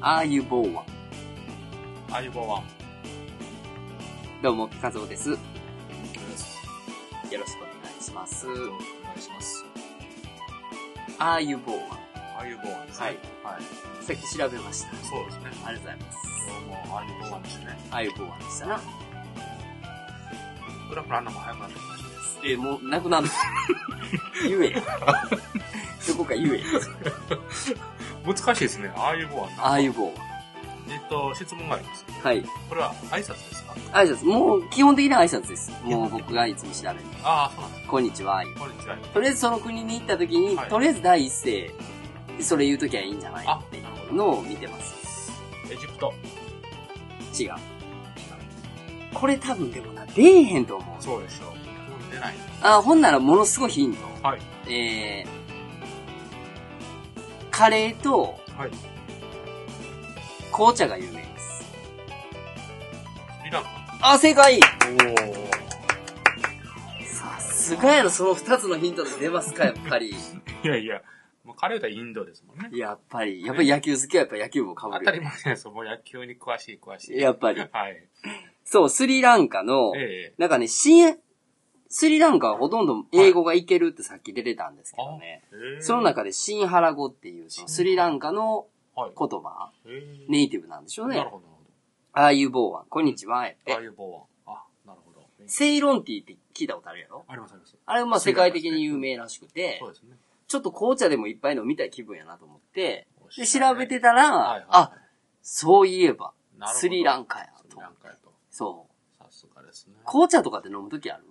アーユボーワ相棒は、どうも、ピカゾーです。よです。ろしくお願いします。お願いします。アーユボーワ相棒はですね。はい。はい。さっき調べました。そうですね。ありがとうございます。どうも、相棒はですね。アーユボーワでしたな。ふらふらあんなもん早くなってきましえ、もう、なくなる 言え。どこか言え。た。難しいですね。相棒はな。アーユボーワえっと、質問があります。はい。これは挨拶ですか挨拶、もう、基本的な挨拶です。もう僕がいつも調べる。ああ、そうなんです。こんにちは、アーユこんにちは。とりあえずその国に行った時に、はいとりあえず第一声、それ言うときはいいんじゃないあっていうのを見てます。エジプト。違う。これ多分でもな、出えへんと思う。そうでしょう。出ない。あ、ほんならものすごいヒント。はい。えー、カレーとはい。紅茶が有名です。リランあ、正解カ。おさすがやろ、その二つのヒントで出ますか、やっぱ り。お。いやいや、もう彼らインドですもんね。やっぱり、やっぱり野球好きはやっぱ野球部かぶ当るたよりね。前です。もう野球に詳しい詳しい。やっぱり。はい。そう、スリランカの、ええ。なんかね、新、スリランカはほとんど英語がいけるってさっき出てたんですけどね。へえその中でシンハラ語っていう、そのスリランカのはい。言葉、へえネイティブなんでしょうなねる。ほど、なるほど。ああいう棒は、こんにちは。え、ああいう棒は。あ、なるほど。セイロンティーって聞いたことあるやろありますあります。あれまあ世界的に有名らしくてそ、うですね。ちょっと紅茶でもいっぱい飲みたい気分やなと思って、で、おしゃ調れべてたら、はいはいあ、そういえば、なるほどスリランカやスリとラ。ンカやと。そう。さすがですね。紅茶とかって飲むときある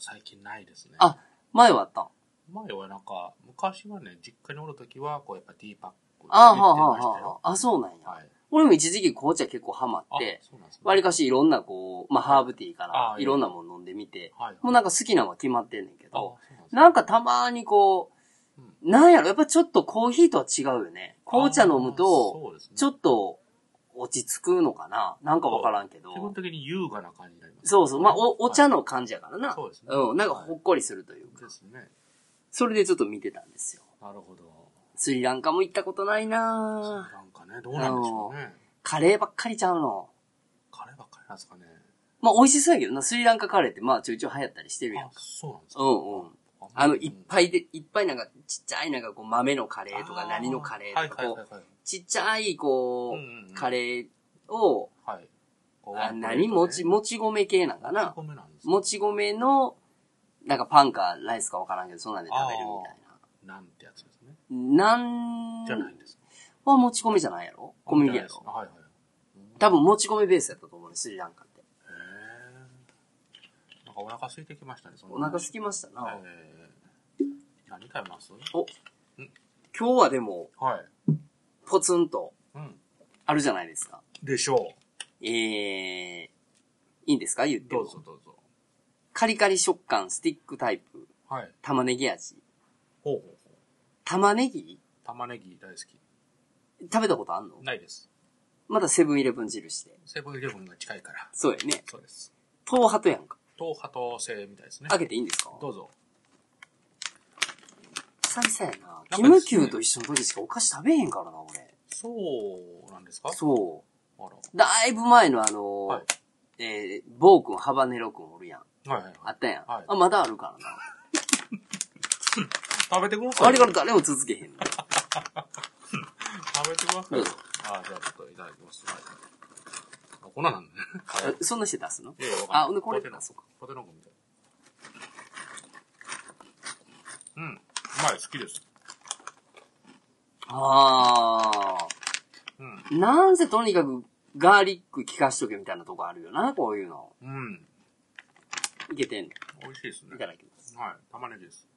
最近ないですね。あ前はあったん前はなんか、昔はね、実家におるときは、こうやっぱティーパックでああ、入はあ、はれてまあ、したはよ。あ。あ、そうなんや。はい。俺も一時期紅茶結構ハマっあて、、そうなんですね。割かしいろんなこう、まあハーブティーかあらあいろんなもの飲んでみて、はい。もうなんか好きなのは決まってんねんけあ、ど、そうなんですね。なんかたまにこう、なんやろ、やっぱちょっとコーヒーとは違うよね。紅茶飲むと、そうですねちょっと落ち着くのかななんかわからんけ基本ど。的に優雅な感じになります、そうそう、まあお、お茶の。の感じやからな。そうですねうん、なんかほっこりするというか。ですね。それでちょっと見てたんですよ。なるほど。スリランカも行ったことないなぁなんかね、どうなんでしょうね。カレーばっかりちゃうの。カレーばっかりなんですかね。まあ美味しそうやけどな、スリランカカレーってまあちょいちょい流行ったりしてるやんあ、。そうなんですか。うんうん。あの、いっいぱいで、いっぱいなんかちっちゃいなんかこう豆のカレーとか何のカレーとか、はいこはういはいはい。ちっちゃいこうんうんうんう、カレーを、はい。こうあ何もち、もち米系なんかワンなプレートね米なんですねもち米の、なんかパンかライスかわからんけど、そんなんで食べるみたいな。なんてやつですね。なんじゃないんですか。はもち米じゃないやろ小麦じやゃないですろかはいはい。多分もち米ベースやったと思うね、スリランカって。へえ。なんかお腹空いてきましたね、そのお腹空きましたな。えー何食べますお、今日はでも、はい。ポツンとうん。あるじゃないですか。でしょえー、いいんですか言っう。てどもう。ぞどうぞ。カリカリ食感スティックタイプ、はい。玉ねぎ味。ほうほうほう。玉ねぎ玉ねぎ大好き。食べたことあんのないです。まだセブンイレブン印で。セブンイレブンが近いから。そうやね。そうです。豆ハトやんか。党派と性みたいですね。開けていいんですかどうぞ。久々やな。ですキねムキューと一緒の時しかお菓子食べへんからな、俺。そうなんですかそあら。う。だいぶ前のあの、はいえー、ボー君、ハバネロ君おるやん。はいはいあはい。ったやん。はいあ、まだあるからな。食べてください。あれから誰も続けへんの。食べてくださいうんよ。あじゃあちょっといただきます。はい。あ、こんなんなんだね。はい。あそんなして出すのいやいやわかんないあ、ほんでこれポテか、のそうか。ポテの子みたい。うん。うまい、好きです。あうん。ー。なんせとにかく、ガーリック効かしとけみたいなとこあるよな、こういうの。うん。いけてんの。美味しいですね。いただきます。はい。玉ねぎです。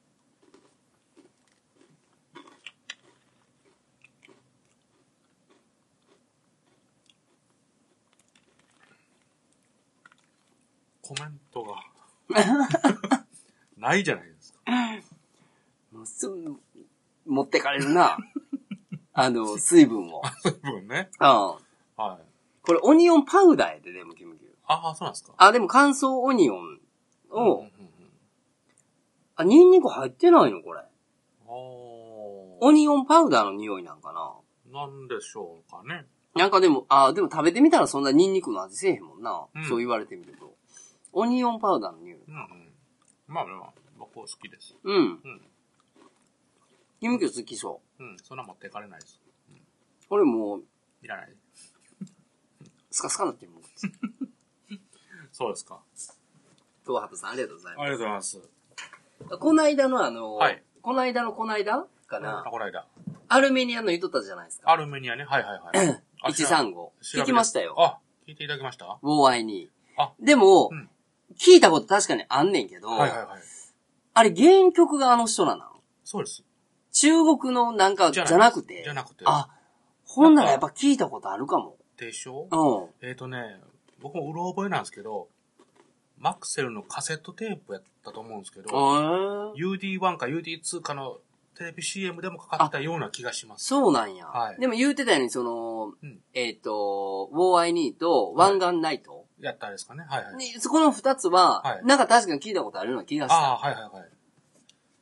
コメント がないじゃないですか。もうすぐ、持ってかれる な。あの、水分を。そういう部分ね。うん。はい。これ、オニオンパウダーやで、でも、キムキュー。ああ、そうなんですか。あ、でも乾燥オニオンを、うんうんうんあ、ニンニク入ってないのこれ。おオニオンパウダーの匂いなんかなーなんでしょうかね。なんかでも、あーでも食べてみたらそんなニンニクの味せえへんもんな。うんそう言われてみると。オニオンパウダーの匂い。うん、うん。まあまあ、僕は好きです。うん。うん。キムキョ好きそうん。そんな持っていかれないです。う。俺もう、いらない。スカスカなってるもん。そうですか。東博さんありがとうございまありがとうございます。す。こないだのあの、はいこないだのこないだかあ、な、この間。アルメニアの言っとったじゃないですか。アルメニアね。はいはいはい。あ知らん135。聞きましたよ。あ、聞いていただきましたはウォーアイにあ。でも、うん聞いたこと確かにあんねんけど、いはいはい。あれ原曲があの人なのそうです。中国のなんかじゃなくてじゃなくて。あ、ほんならやっぱ聞いたことあるかも。でしょうん。えっ、とね、僕もうろ覚えなんですけど、マクセルのカセットテープやったと思うんですけど、えー UD1 か UD2 かのテレビ CM でもかかったような気がします。そうなんや、はいでも言うてたように、その、うんえっ、と、War I Need とはい湾岸ナイト。やったですかね。はいはい。でそこの二つは、はいなんか確かに聞いたことあるような気がした。ああ、はいはいはい。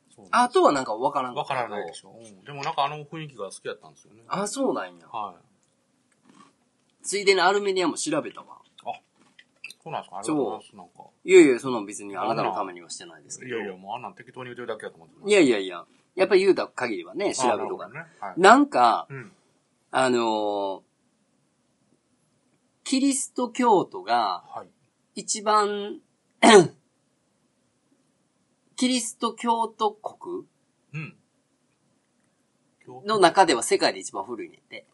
そうあとはなんかわからんわからないでしょ、うん。でもなんかあの雰囲気が好きだったんですよね。あ、そうなんや。はい。ついでにアルメニアも調べたわ。そうなんですかありがとうございます。なんか。いやいや、その別にあなたのためにはしてないですけいど。やいや、もうあんなん適当に言うてるだけだと思ってますいやいやいや。やっぱり言うた限りはね、調あべとか。なるほどね。なんか、はい。うん。あのーキリスト教徒がはい。一番、 キリスト教徒国うん。今日の中では世界で一番古いねって。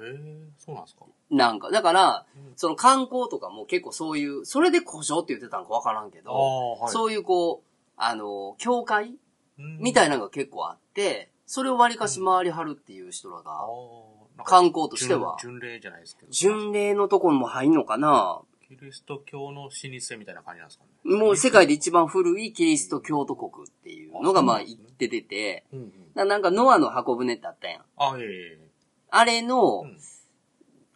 へえ、そうなんですか。なんか、だからうん、その観光とかも結構そういう、それで故障って言ってたのかわからんけあど、あ、はい。そういうこう、あのー教会うんみたいなのが結構あって、それを割かし回りはるっていう人らあが、ーなんか観光としては、巡巡礼じゃないですけど。巡礼のとこも入んのかなキリスト教の老舗みたいな感じなんですかね。もう世界で一番古いキリスト教徒国っていうのがまあ言って出て、うんうん。ななんかノアの箱舟ってあったやん。あ、いえいえいえ。あれの、うん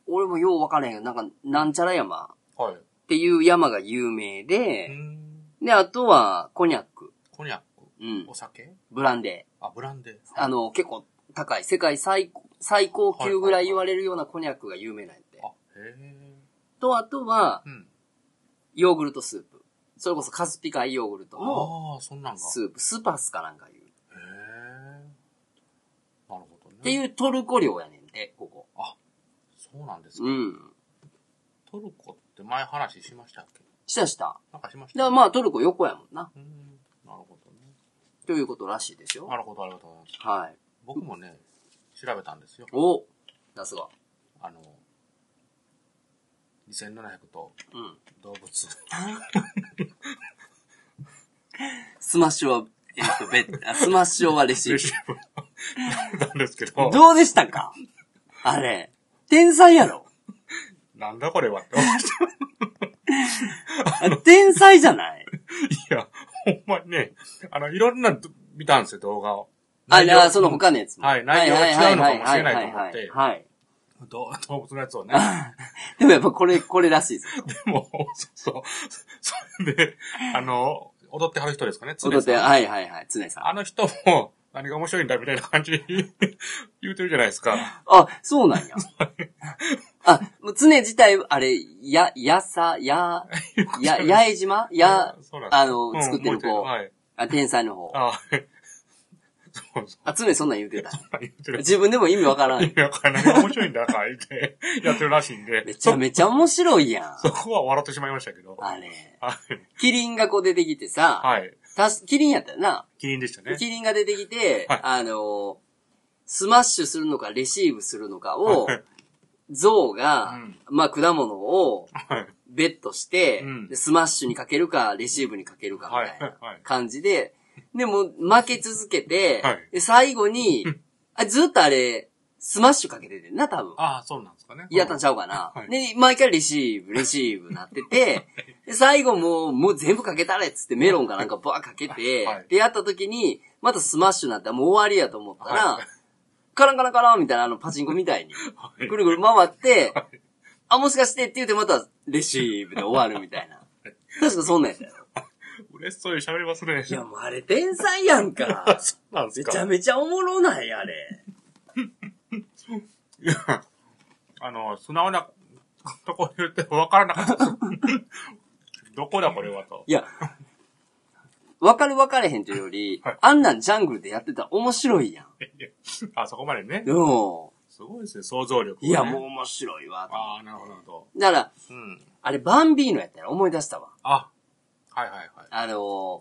俺もよう分からへんけど、なんかなんちゃら山っはい。ていう山が有名うで、ん。で、あとはコニャック、コニャック。うんお、酒ブランデあ、ブランデー。ー。あの、結構高い、世界最最高級ぐらい言われるようなコニャックが有名なんやって。あ、へえ。と、あとは、うん。ヨーグルトスープ。それこそカスピ海ヨーグルトのああ、そんなんが。へスープ、スパスかなんかいう。っえ。なるほどね。てう。いうトルコ料やねんて、ここ。そうなんですか。うん。トルコって前話しましたっけしたした。なんかしましだからたまあトルコ横やもんな。うん。なるほどね。ということらしいですよ。なるほど、ありがとうございます。はい。僕もね、調べたんですよ。お出すわ。あの、2700とうん。動物。スマッシュは、えっと、ベ ッ、あスマッシュはレシーなんですけどブ。、どうでしたかあれ。天才やろ。なんだこれはって思いましあ天才じゃないた。いや、ほんまにね、あの、いろんなど見たんですよ、動画を。あ、内容じゃあその他のやつも。はい内容が違うのかもしれないはいはいはいはいとはい。はい。ど動物のやつをね。でもやっぱこれ、これらしいです。もう、そうそう。それで、あの、踊ってはる人ですかね、常踊さんって、はいはいはい、常さん。あの人も、何が面白いんだみたいな感じで言うてるじゃないですか。あ、そうなんや。あ、もう常自体、あれ、や、やさ、 や、や、八重島や、そうなんですあの、作ってるうん子、はい。あ、天才の方。あはいそうそう。あ、常そんなん言うてた。言ってる。自分でも意味わから意ん。味わからない。面白いんだから言って、やってるらしいんで。めちゃめちゃ面白いやん。そこは笑ってしまいましたけど。あれ。はい。キリンがこう出てきてさ、はい。たすキリンやったよな。キリンでしたね。キリンが出てきて、はいあの、スマッシュするのかレシーブするのかをはい、ゾウがうん、まあ果物をはい。ベットしてうん、でスマッシュにかけるか、レシーブにかけるかみたいはないはい感じで、でも負け続けてはい、で最後にうん、あずっとあれ、スマッシュかけててんな、多分。ああ、そうなんですかね。やったんちゃうかな。はいで、毎回レシーブ、レシーブなってて、で最後もう、もう全部かけたれっつってメロンかなんかバーかけて、はいで、やった時に、またスマッシュになったらもう終わりやと思ったら、はいカランカランカランみたいなあのパチンコみたいに、はいぐるぐる回ってはい、あ、もしかしてって言ってまたレシーブで終わるみたいな。確かそんなんやったよ。嬉しそうに喋りますね。。いや、もうあれ天才やんかそうなんですめか。ちゃめちゃおもろない、あれ。いや、あの、素直なとこ言って分からなかった。 どこだこれはと。いや、わかるわかれへんというより、はいあんなんジャングルでやってたら面白いやん。あ、そこまでね。うん。すごいですね、想像力、いや、もう。面白いわ。ああ、なるほど、なるほど。だから、うん。あれ、バンビーノやったら思い出したわ。あ、はいはいはい。あのー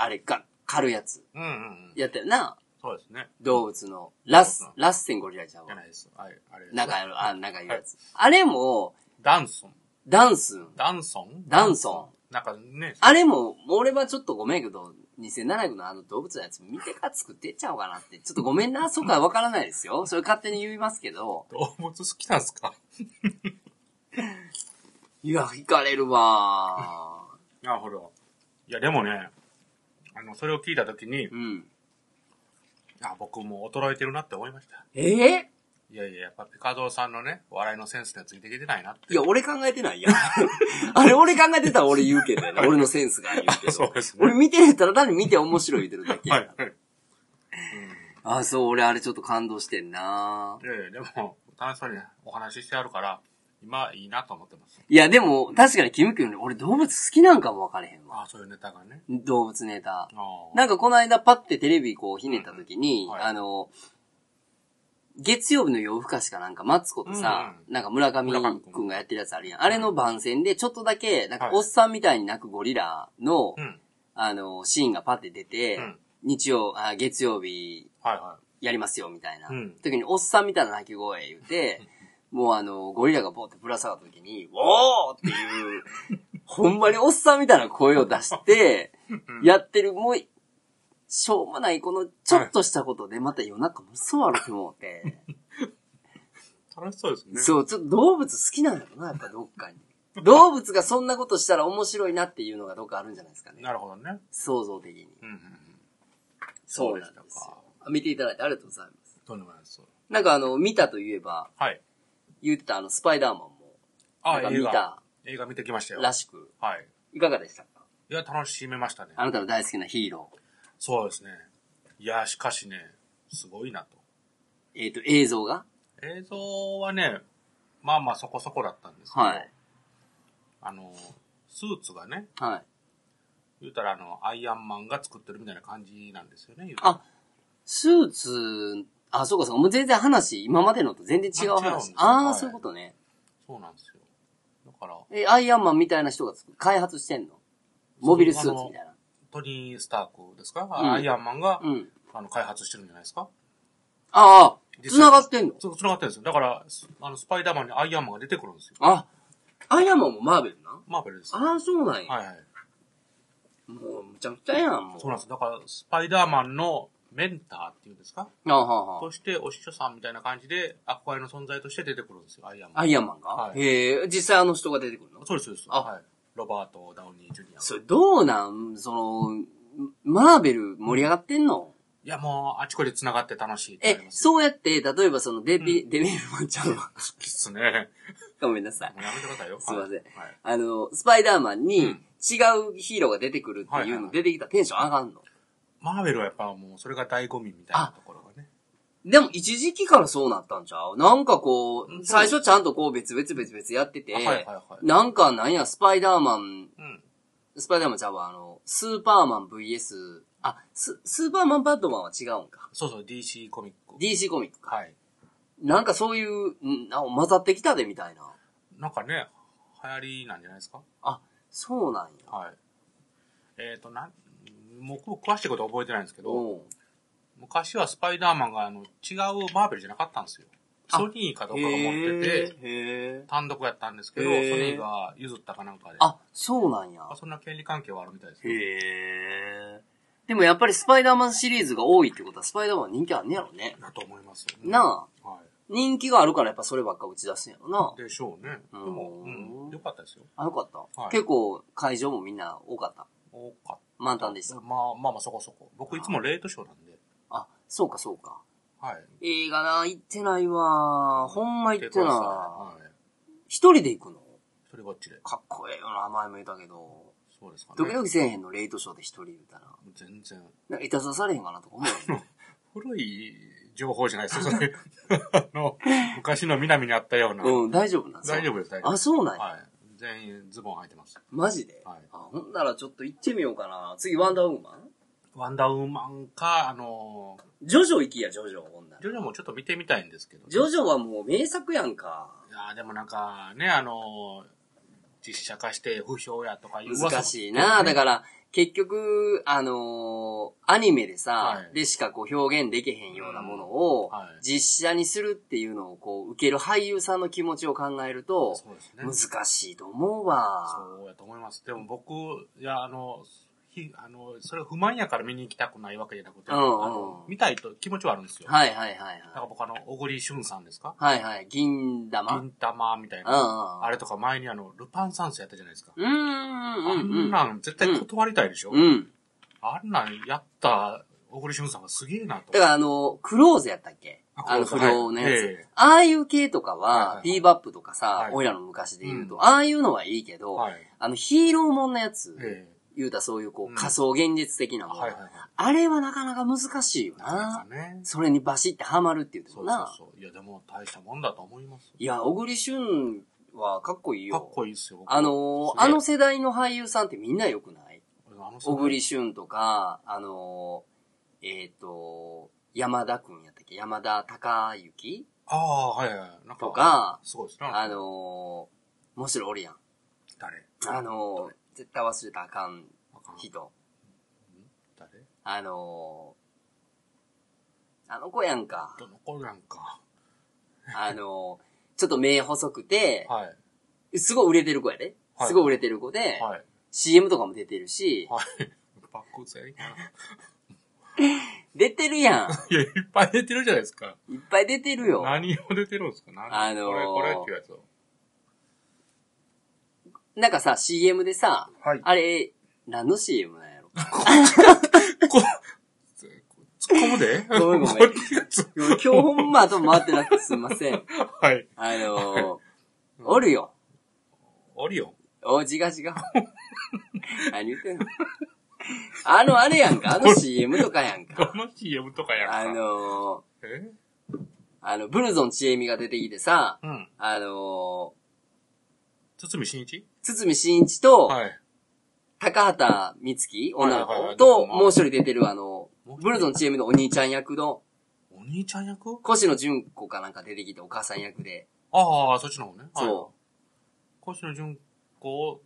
あれか、狩るやつ。うんうんうん。やったよな。そうですね。動物の、ラス動物、ラッセンゴリラちゃんじはゃな。いです。あれ、あれ。なんかある、あ、なんかいうやつ。あれも、ダンソン。ダンス。ダンソンダンソン。なんかね、あれも、俺はちょっとごめんけど、2007のあの動物のやつ見てから作ってっちゃおうかなって。ちょっとごめんな、そこはわからないですよ。それ勝手に言いますけど。動物好きなんですかいや、惹かれるわなるほど。いや、でもね、あの、それを聞いたときにー。う、ん。あ、僕もう衰えてるなって思いました。ええいやいや、やっぱピカゾーさんのね、笑いのセンスがついてきてないなって。いや、俺考えてないやん。 あれ、俺考えてたら俺言うけどやな。俺のセンスが言うけど。そうですね俺見てるやったら単に見て面白い言うてるだけやはん。い。はいあ、そう、俺あれちょっと感動してんな。いやいや、でも、楽しそうにお話ししてあるから、今いいなと思ってます。いや、でも、確かにキム君より俺動物好きなんかもわかれへんわ。あそういうネタがね。動物ネタ。あなんかこの間パッてテレビこうひねった時に、うんはいあの、月曜日の夜更かしかなんか、マツコとさ、うんなんか村上村上くんがやってるやつあるやん。あれの番宣で、ちょっとだけ、なんかはいおっさんみたいに泣くゴリラの、あ。うん。あの、シーンがパッて出て、うん日曜、あ月曜日はいはやりますよ、みたいな。うん時に、おっさんみたいな泣き声言うて、もうあの、ゴリラがボーってぶら下がった時に、おーっていう、ほんまにおっさんみたいな声を出して、い。やってる、もう、しょうもない、この、ちょっとしたことで、また夜中もそう悪く思って、楽しそうですね。そう、ちょっと動物好きなんだろうな、やっぱどっかに。動物がそんなことしたら面白いなっていうのがどっかあるんじゃないですかね。なるほどね。想像的に。うんうんうん。そうなんですよ。あ見ていただいてありがとうございます。とんでもないです。なんかあの、見たといえば、はい。言ってたあの、スパイダーマンも、あなんか映見画。た映画見てきましたよ。らしく、はい。いかがでしたかいや、楽しめましたね。あなたの大好きなヒーロー。そうですね。いや、しかしね、すごいなと。えっ、と、映像が映像はね、まあまあそこそこだったんですけど、はい。あの、スーツがね、はい。言うたらあの、アイアンマンが作ってるみたいな感じなんですよね。言うたらあ、スーツ、あ、そうかそうか、もう全然話、今までのと全然違うあ違うんで話すよ。ああー、はいそういうことね。そうなんですよ。だから、え、アイアンマンみたいな人が作開発してんのモビルスーツみたいな。トニー・スタークですか、んアイアンマンが、うん。あの開発してるんじゃないですかああ、実際繋がってんのつ繋がってるんですよ。だから、スあのスパイダーマンにアイアンマンが出てくるんですよ。あ、アイアンマンもマーベルなマーベルです。はああ、そうなんや。いはい。もう、むちゃくちゃやん、もう。そうなんです。だから、スパイダーマンのメンターっていうんですかあはあはあとして、お師匠さんみたいな感じで、憧れの存在として出てくるんですよ、アイアンマン。アイアンマンが、はいへえ、実際あの人が出てくるのそうです、そうです。あはい。ロバート・ダウニー・ジュニア。それどうなんその、マーベル盛り上がってんのいや、もう、あちこち繋がって楽しいってえなり、ますよ。そうやって、例えばそのデビ、デビルマンちゃんは、好きっすね。 ごめんなさい。もうやめてくださいよ。すいませんはい。あの、スパイダーマンにう違んうヒーローが出てくるってはいいはういのはい出てきたらテンション上がんの。マーベルはやっぱもう、それが醍醐味みたいなところがね。でも一時期からそうなったんちゃうなんかこうう、ん最初ちゃんとこう別々別々やってて、あはいはいはい。なんかなんや、スパイダーマン、うん。スパイダーマンちゃうわ、あの、スーパーマン VS、あ、ス、スーパーマンバッドマンは違うんか。そうそう、DC コミック。 DC コミックか。はい。なんかそういう、んあ混ざってきたでみたいな。なんかね、流行りなんじゃないですかあ、そうなんや。はい。えっ、と、なん、もう詳しいことは覚えてないんですけど、うん。昔はスパイダーマンがあの違うマーベルじゃなかったんですよ。あソニーかどっかが持ってて、へーへー単独やったんですけど、ソニへーーが譲ったかなんかで。あ、そうなんやまあ、。そんな権利関係はあるみたいですへよ。え。でもやっぱりスパイダーマンシリーズが多いってことはスパイダーマン人気あんねやろね。だと思います。なあ。は。。人気があるからやっぱそればっか打ち出すんやろないでしょうね。でうんも、うん。よかったですよ。あ、よかった、はい結構会場もみんな多かった。多かっ満タンたでした。まあまあまあそこそこ。僕いつもレートショーなんで。あ、そうかそうか。はい。映画な、行ってないわ。ほんま行ってくださいはない。い。一人で行くの一人ぼっちで。かっこええよな、前も言ったけど。そうですか時ね。々せえへんの、レイトショーで一人言うたら。全然。 なんかいたずらされへんかなとか思うよね。古い情報じゃない です。それあの、昔の南にあったような。うん、大丈夫なんですか大丈夫です、大丈夫あ、です。そうなんや。はい。全員ズボン履いてます。マジで、はいあほんならちょっと行ってみようかな。次、ワンダーウーマンワンダーウーマンか、あのジョジョ行きや、ジョジョ、女ー、。ジョジョもちょっと見てみたいんですけど、ジョジョはもう名作やんか。いやーでもなんかね、あのー、実写化して不評やとかいう噂難しいな、だら。から、結局、あのーアニメでさ、はいでしかこう表現できへんようなものをうんはい、実写にするっていうのをこう、受ける俳優さんの気持ちを考えると、そうですね。難しいと思うわ。そうやと思います。でも僕、いや、あの、ひあの、それ不満やから見に行きたくないわけじゃなくて、うんあうんの見たいと気持ちはあるんですよ。はいはいはいはだから僕あの、小栗旬さんですかい。はいはい、銀玉。銀玉みたいうんうんうな。ん。あれとか前にあの、ルパン三世やったじゃないですか。うんうんうんあうんん。なん絶対断りたいでしょ、うん。あんなんやった小栗旬さんがすげえなと。だからあの、クローズやったっけああの、クロ不ーズはい良のやつ。ええああいう系とかはいはいはは、いビーバップとかさは、いオイラの昔で言ううと、んああいうのはいいけど、はい。あの、ヒーローもんのやつ、え言うたらそういうこうう、ん仮想現実的えなもの、はいはいはい。あれはなかなか難しいよなかななか。ね。それにバシってハマるっていうとそこうな。そうそう。いや、でも大したもんだと思います。いや、小栗旬はかっこいいよ。かっこいいっすよ。僕あのーすげえあの世代の俳優さんってみんな良くないあの小栗旬とか、あのーえっ、と、山田くんやったっけ山田孝之ああ、はいはい。なんか、とか、すごいですね。あのー、もちろんおるやん。誰あのー絶対忘れたらあかんわかんない人。誰あのーあの子やんか。どの子なんか。あのーちょっと目細くて、はい。すごい売れてる子やで。はいすごい売れてる子で、はい。 CM とかも出てるし、はい。漠然やな。出てるや いや、いっぱい出てるじゃないですか。ん。いっぱい出てるよ。何を出てるんですか何あのーこれ、これっていうやつを。なんかさ、CM でさ、はいあれ、何の CM なんやろ。こ、突っ込むでごめんごめん こっちが突っ今日ほんま頭回ってなくてすいません。はい。あ のー、おるよ。オリオンお、違う違う。 何言ってんのあの、あれやんか。あの CM とかやんどか。の CM とかやんか。あのー、えあの、ブルゾンちえみが出てきてさ、うん。あの堤真一ー、堤真一と、はい。高畑充希、女のはいはいは子いと、もう一人出てるあのもう一、人ブルゾンちえみのお兄ちゃん役の、お兄ちゃん役越野純子かなんか出てきてお母さん役で、ああ、そっちの方ね。はいそ越野純子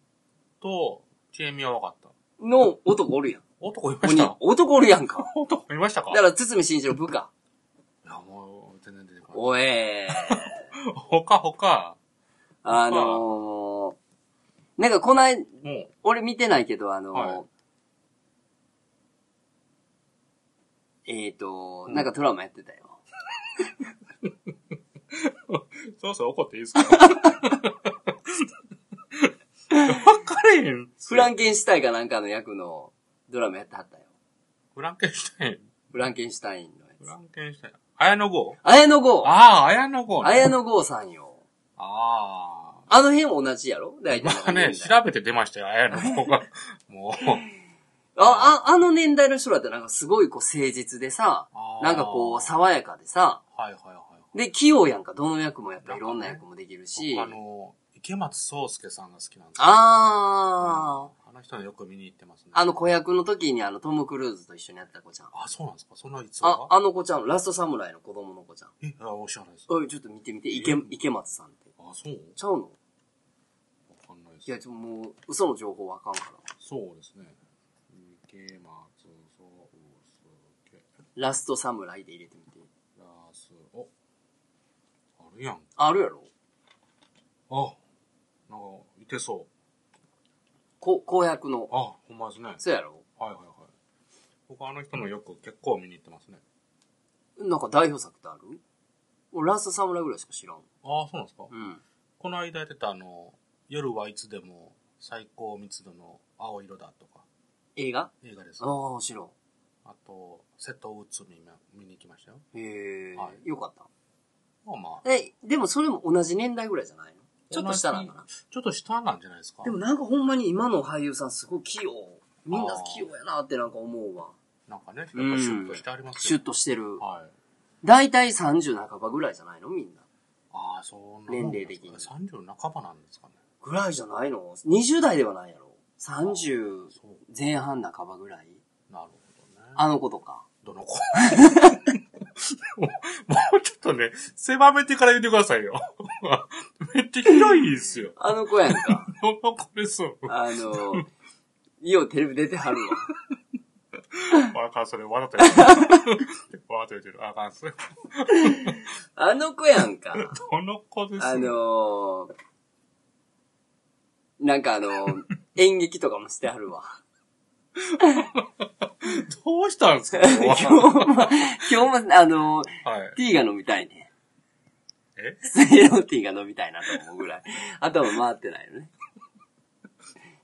と、チェミは分かった。う、の男おるやん。男いまおしにた男おるやんか。男いましたかだから、堤真一の部下。いや、もう、全然出てこおえ ー。ない。ほかほか、あのー、なんかこない、もう、俺見てないけど、あのー、はえっ、ー、と、うんなんかドラマやってたよ。そろそろ怒っていいですか分かれへん。フランケンシュタインかなんかの役のドラマやってはったよ。フランケンシュタイン。フランケンシュタインのフやラつ。ンケンシュタイン。綾野剛綾野剛ああ、綾野剛ね。綾野剛さんよ。ああの辺も同じやろ大あ。体。まあね、あ、調べて出ましたよ、綾野剛 が。もう。あ、あの年代の人だってなんかすごいこう誠実でさ、あーなんかこう爽やかでさ、はいはいはい。で、器用やんか、どの役もやっぱなんいかろねんな役もできるし、あの、池松壮亮さんが好きなんですよあー、あの人のよく見に行ってますね。あの子役の時にあのトム・クルーズと一緒にやってた子ちゃん。あ、そうなんですかそんな逸話あが、あの子ちゃん、ラストサムライの子供の子ちゃん。え、あ、おしゃれです。おい、ちょっと見てみて、池え、池松さんって。あ、そうちゃうのわかんないです。いや、ちょ、もう、嘘の情報わかんから。そうですね。池松壮亮。ラストサムライで入れてみて。ラス、おあるやん。あるやろあ、なんか、いてそこ、公約のう。。あ、ほんまですね。はいそうやろはいはい。僕あの人のよく結構見に行ってますね。なんか代表作ってある俺、ラストサムライぐらいしか知らん。ああ、そうなんですか、うん。この間やってたあの、夜はいつでも最高密度の青色だとか、映画映画です。あああ、知らん。と、瀬戸内海見に行きましたよ。へえ、はいよかっまあまあ、た。え、でもそれも同じ年代ぐらいじゃないのちょっと下なんかな。ちょっと下なんじゃないですかでもなんかほんまに今の俳優さんすごい器用。みんな器用やなってなんか思うわ。なんかね、やっぱシュッとしてありますシュよッとしてる。はい。大体30半ばぐらいじゃないのみんな。ああ、そんなもん年齢的にですかね30半ばなんですかね。ぐらいじゃないの ?20 代ではないやろ ?30 そう。前半半ばぐらいなるほどね。あの子とか。どの子 もうちょっとね、狭めてから言ってくださいよ。めっちゃ広いですよ。あの子やん か。どの子ですあの、ようテレビ出てはるわ。あかん、それ、わざとやってる。わざとやってる。あかん、それ。あの子やんか。どの子ですあのー、なんかあのー、演劇とかもしてはるわ。どうした んですか 今日も、今日も、あのー、はい。ティーが飲みたいね。え水曜ティーが飲みたいなと思うぐらい。頭回ってないよね。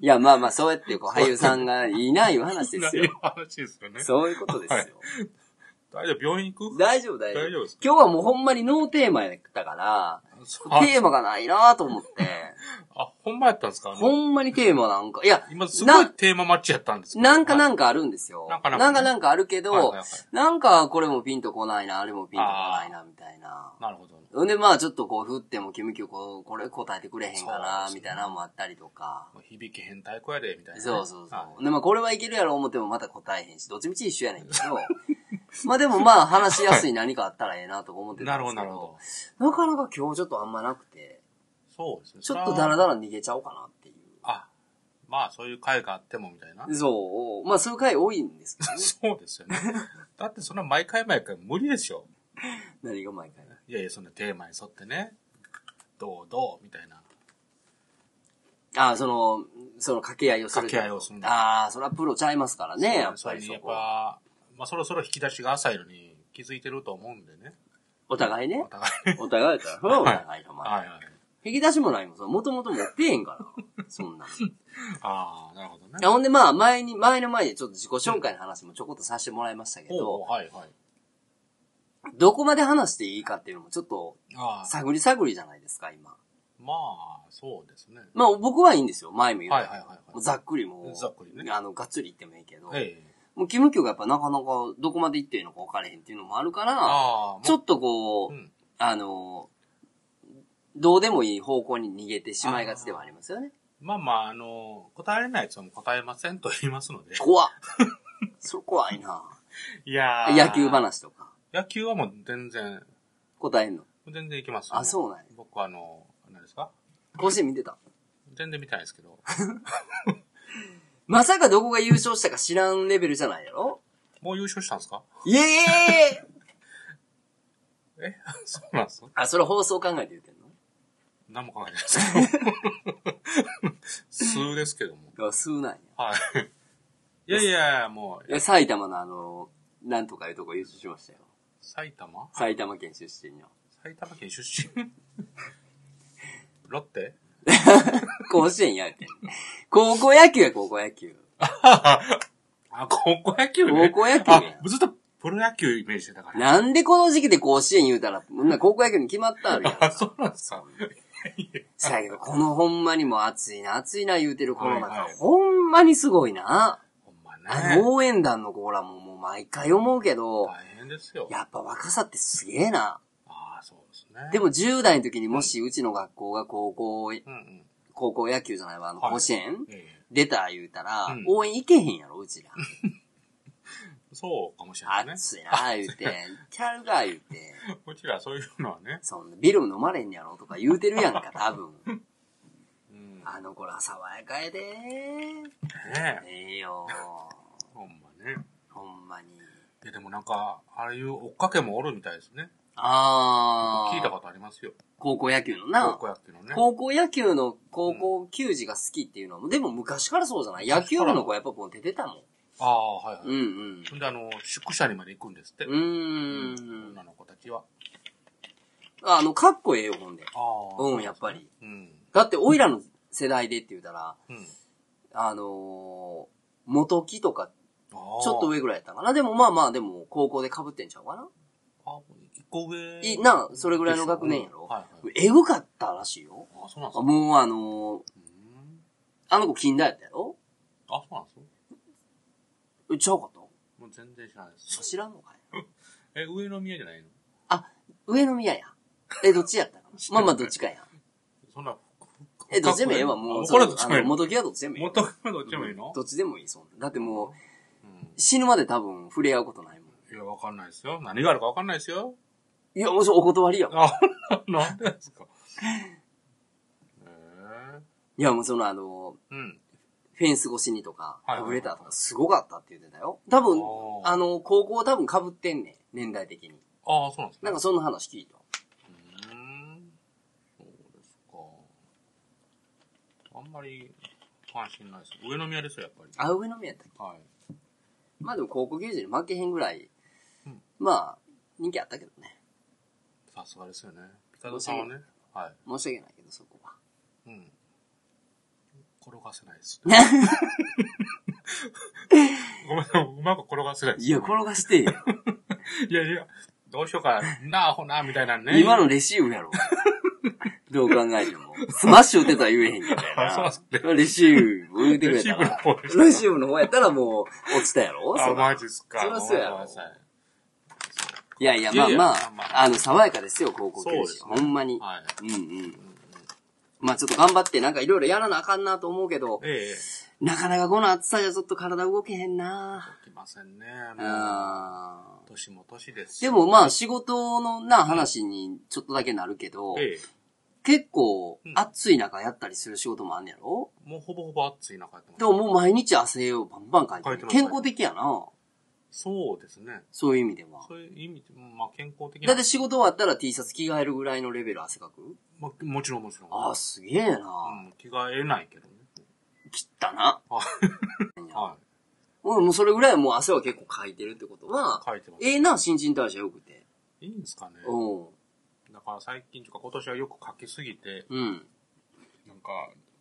いや、まあまあ、そうやって、こう、俳優さんがいないいう話ですいいよ。話ですよね。そういうことですよ。大丈夫、病院行く大丈夫、大丈大丈夫夫です。今日はもうほんまにノーテーマやったから、あテーマがないなと 思って、あ、ほんまやったんですかほんまにテーマなんか、いや、今すごいなテーママッチやったんですけどなんかなんか、かあるんですよ。なんなんかかなんかなんかあるけはいはいはどい、なんかこれもピンとこないな、あれもピンとこないな、みたいな。なるほど。ほんでまあちょっとこう振っても君今日こうこれ答えてくれへんかそうな、みたいなのもあったりとか。もう響き変態子やで、みたいなね。そうそうはそう。でまあこれはいけるやろ思ってもまた答えへんし、どっちみち一緒やねん けど。まあでもまあ話しやすい何かあったらええなとか思っいてたなるんでほど、すなけるほどど。。なかなか今日ちょっとあんまなくて、そうですね。ちょっとダラダラ。ラ逃げちゃおうかなっていあ、まあそういう会があってもみたいなう。。そう。まあそういう回多いんですけどね。そうですよね。 だってそんな毎回毎回無理でしょ。何が毎回。いやいや、そんなテーマに沿ってね。どうどうみたいな。ああ、その、その掛け合いをする。掛け合いをするんだああ、それはプロちゃいますからね、やっそぱれりにそやっこは。ぱ、まあそろそろ引き出しが浅いのに気づいてると思うんでね。お互いねお。 互い。お互いだから。それはお互いだ、まあ。はいはい。引き出しもないもん、そのもともと持ってへんから。 そんなの。いああ、なるほどね。やほんでまあ、前に、前の前でちょっと自己紹介の話もちょこっとさせてもらいましたけおうど、はいはい。どこまで話していいかっていうのもちょっと、ああ、探り探りじゃないですか、今。まあ、そうですね。まあ、僕はいいんですよ、前も言うはいたはいけど。はいもはうい。ざっくりもう、ざっくりねあの、がっつり言ってもいいけど、ええ。もう、キムキョがやっぱなかなかどこまで行っていいのか分からへんっていうのもあるから、ああ、ちょっっとこう、ん、あの、どうでもいい方向に逃げてしまいがちではあります よね。まあまあ、あの、答えられないやつはもう答えませんと言いますので。怖っ。それ怖いないやー野球。話とか。野球はもう全然、答えんの。全然いけますあ、そうなんやう。僕はあの、何ですか甲子園見てた。全然見たいです けど。まさかどこが優勝したか知らんレベルじゃないやろもう優勝したんですかイエーイえ そうなんですかあ、それ放送考えて言ってん何も考えてない ですけど。数ですけども。のあ、数なんや。 はい。いやいや、も、いうや埼玉のあの、なんとかいうとこ優勝しましたよ。埼玉埼玉県出身の。埼玉県出 身ロッテ甲子園やってん。高校野球や、高校野球。あ、高校野球ね。高校野球あや、。ずっとプロ野球イメージしてたから。なんでこの時期で甲子園言うたら、みんな高校野球に決まったんやんあ、そうなんですか。そやけど、このほんまにもう暑いな、暑いな言うてるコロナ禍、はいはいほんまにすごいな。ほんまあね。の応援団の子らももう毎回思うけど、大変ですよ。やっぱ若さってすげえな。ああ、そうですね。でも、10代の時にもしうちの学校が高校、うんうん。高校野球じゃないわ、あのはい甲子園、ええ出た言うたら、うん応援行けへんやろ、うちら。そうかもしれないね。暑いな、言うて、キャルが言うて、うちらそういうのはね。そんなビールも飲まれんやろとか言うてるやんか、多分。うん。ねあの子ら爽やかやでえ。ええよほんまね。ほんまに。いや、でもなんか、ああいう追っかけもおるみたいですね。あー。聞いたことありますよ。高校野球の高な。校野球のね。高校野球の高校球児が好きっていうのは、でも昔からそうじゃない野球部の子はやっぱこう出てたもん。ああ、はいはうい。んうん。ほんで、あの、宿舎にまで行くんですって。うーん。女の子たちは。あの、かっこええよ、ほんで。ああ。うん、やっぱり。うん。だって、オイラの世代でって言うたら、うん。あのー、元木とか、ちょちょっと上ぐらいやったかな。でもまあまあ、でも、高校で被ってんちゃうかな。あ、一個上。いいな、それぐらいの学年やろ。はいはい。えぐかったらしいよ。あ、そうなんですか。もうあのー、うんあの子近代やったやろあ、そうなんですかえちゃうかともう全然知らないです。知らんのかいえ、上の宮じゃないの上宮や。え、どっちや ったのまあまあどっちかや。そんな、え、どっちでもええわ、もう。これどっちでもええあの元木はどっちでもええ。元木はどっちでもいいのどっちでもいい、そんなだってもう、うん死ぬまで多分触れ合うことないもん。いや、わかんないですよ。何があるかわかんないですよ。 いや、もうそれお断りやん。あ、なんでですか。ええいや、もうそのあの、うん。フェンス越しにとか、はいはいはいラブレターとかすごかったって言ってたよ。多分、ああの、高校多分被ってんねん、年代的に。ああ、そうなんですなね。んかそんな話聞いた。うーん。そうですか。あんまり関心ないです。上宮ですよ、やっぱり。あ、上の宮やったっけはい。まあでも高校球児に負けへんぐらい、うんまあ、人気あったけどね。さすがですよね。ピカドさんはね。はい。申し訳ないけど、そこ は。うん。転がせないです。ごめんな さい、うまく転がせないです。いや、転がしてよ。 いやいや、どうしようかな、あほな、みたいなね。今のレシーブやろ。 どう考えても。スマッシュ打てたら言えへんけどあそうなんすな。レシーブ打ってくれたレシーブのら方で。したレシーブの方やったらもう落ちたやろあ、そらマジっすか。そらそうやろごめんなさいいやいや、いやまあいやままあまあ、あの、爽やかですよ、高校球そうで児。すねほんまに。はい。うんうん。まあちょっと頑張って、なんかいろいろやらなあかんなと思うけど、ええ、なかなかこの暑さじゃちょっと体動けへんな来ませんね。もあう、年も年ですし。でもまあ仕事のな話にちょっとだけなるけど、ええ、結構うん暑い中やったりする仕事もあんねやろもうほぼほぼ暑い中やってますでももう毎日汗をバンバンかいてかいるてます健康的やなそうですね。そういう意味では。そういう意味で、うんまあ健康的だな。って仕事終わったら T シャツ着替えるぐらいのレベル汗かくまあ、もちろんもちろん。ああ、すげえなうん、着替えないけどね。切ったな。はい。うん、もうそれぐらいもう汗は結構かいてるってことは、書いてます。ええな、新陳代謝良くて。いいんですかね。うん。だから最近とか今年はよく書きすぎて、うん。なんか、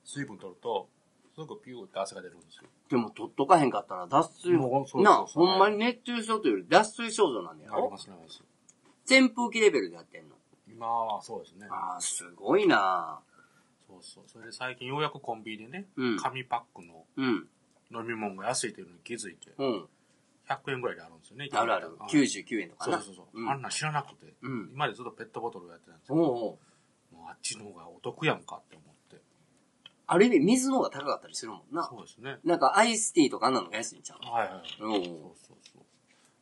水分取ると、すぐピューって汗が出るんですよ。でも取っとかへんかったら脱水、もうそうなあ、そうそうほんまに熱中症というより脱水症状なんだなりよま。すね、なります扇風機レベルでやってんの。今はそうですね。ああ、すごいなそうそう。それで最近ようやくコンビニでね、うん紙パックのうん。飲み物が安いというのに気づいて、うん。 100円ぐらいであるんですよね。あるあるは。い99円とかそうな。そうそう。うんあんなん知らなくて、うん今までずっとペットボトルをやってたんですよ。おうおうもうあっちの方がお得やんかって思って。ある意味、水の方が高かったりするもんな。そうですね。なんか、アイスティーとかあんなのが安いんちゃうはいはいはい。うんうんそうそうそう。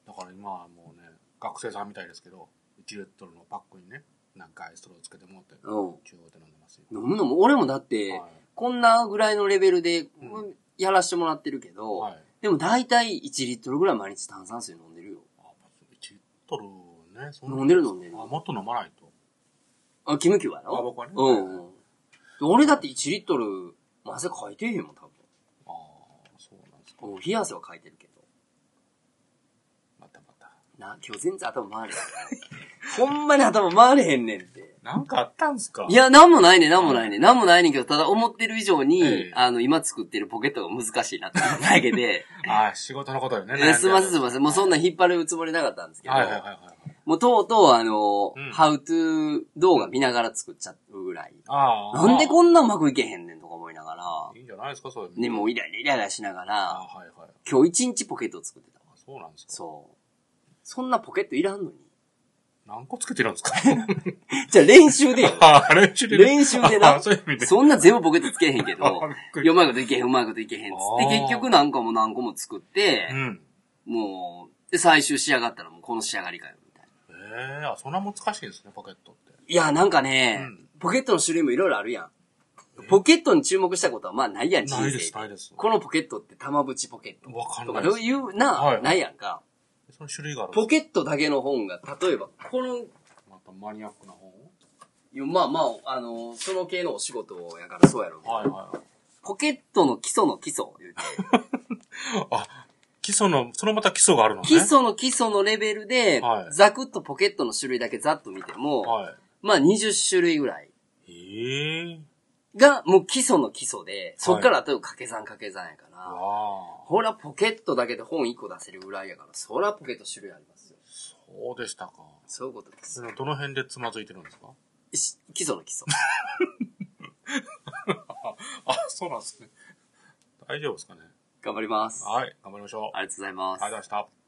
だから今はもうね、学生さんみたいですけど、1リットルのパックにね、なんかアイストローつけてもらって、うん。中央で飲んでますよ。飲むのも、俺もだってはい、こんなぐらいのレベルでう、やらしてもらってるけど、はい。でも大体1リットルぐらい毎日炭酸水飲んでるよ。あ、1リットルね、そな飲んでる飲んでるあ、もっと飲まないと。あ、キムキューやろあ僕はねうんうん。で俺だって1リットル、汗かいてへんもん、多ああ、そうなんですか。分。うん冷や汗はかいてるけど。またまた。な、今日全然頭回れへ ん。ほんまに頭回れへんねんって。なんかあったんすかい、や、なんもないね、なんもないね。なんもないねんけど、ただ思ってる以上に、ええあの、今作ってるポケットが難しいなって思っただけで、 あー仕事のことよね。えすいませんすいまません。もうそんな引っ張るつもりなかったんですけど、はいはいはいはい。もうとうとうあの、うんハウトゥー動画見ながら作っちゃうぐらい。ああ。なんでこんなうまくいけへんねんとか思いながら、いいんじゃないですか、そういうのね、もうイライライライラしながあら、ーはいはい。今日一日ポケットを作ってたわ。あそうなんですか。そう。そんなポケットいらんのに。何個つけてるんですか。じゃあ練習でよ ああ、練習でね。練習でなあー そういう意味で。そんな全部ポケットつけへんけあどびっ、くりいやうまいこといけへん、うまいこといけへんっつあっーて、結局何個も何個も作ってう、ん。もう、で、最終仕上がったらもうこの仕上がりかよ、みたいな。ええあ、そんな難しいんですね、ポケットって。いや、なんかね、うんポケットの種類もいろいろあるやん。ポケットに注目したことはまあないやん、人ないです、生。ないです。このポケットって玉縁ポケットわかんとなか、いどでういうな、はいないやんか。す。その種類があるんですポケットだけの本が、例えば、このまたマニアックな本いやまあまあ、あの、その系のお仕事やからそうやろうけど、はいはいはい。ポケットの基礎の基礎言うて、あ、基礎の、そのまた基礎があるの ね。基礎の基礎のレベルで、はいざくっとポケットの種類だけざっと見ても、はまあ20種類ぐらいい。ええがもう基礎の基礎で、そっから例えば掛け算掛け算やから、わあ、ほらポケットだけで本1個出せるぐらいやから、そらポケット種類ありますよ。そうでしたか。そういうことです。どの辺でつまずいてるんですかし基礎の基礎。あ、そうなんですね。大丈夫ですかね。頑張ります。はい、頑張りましょう。ありがとうございますありがとうございました。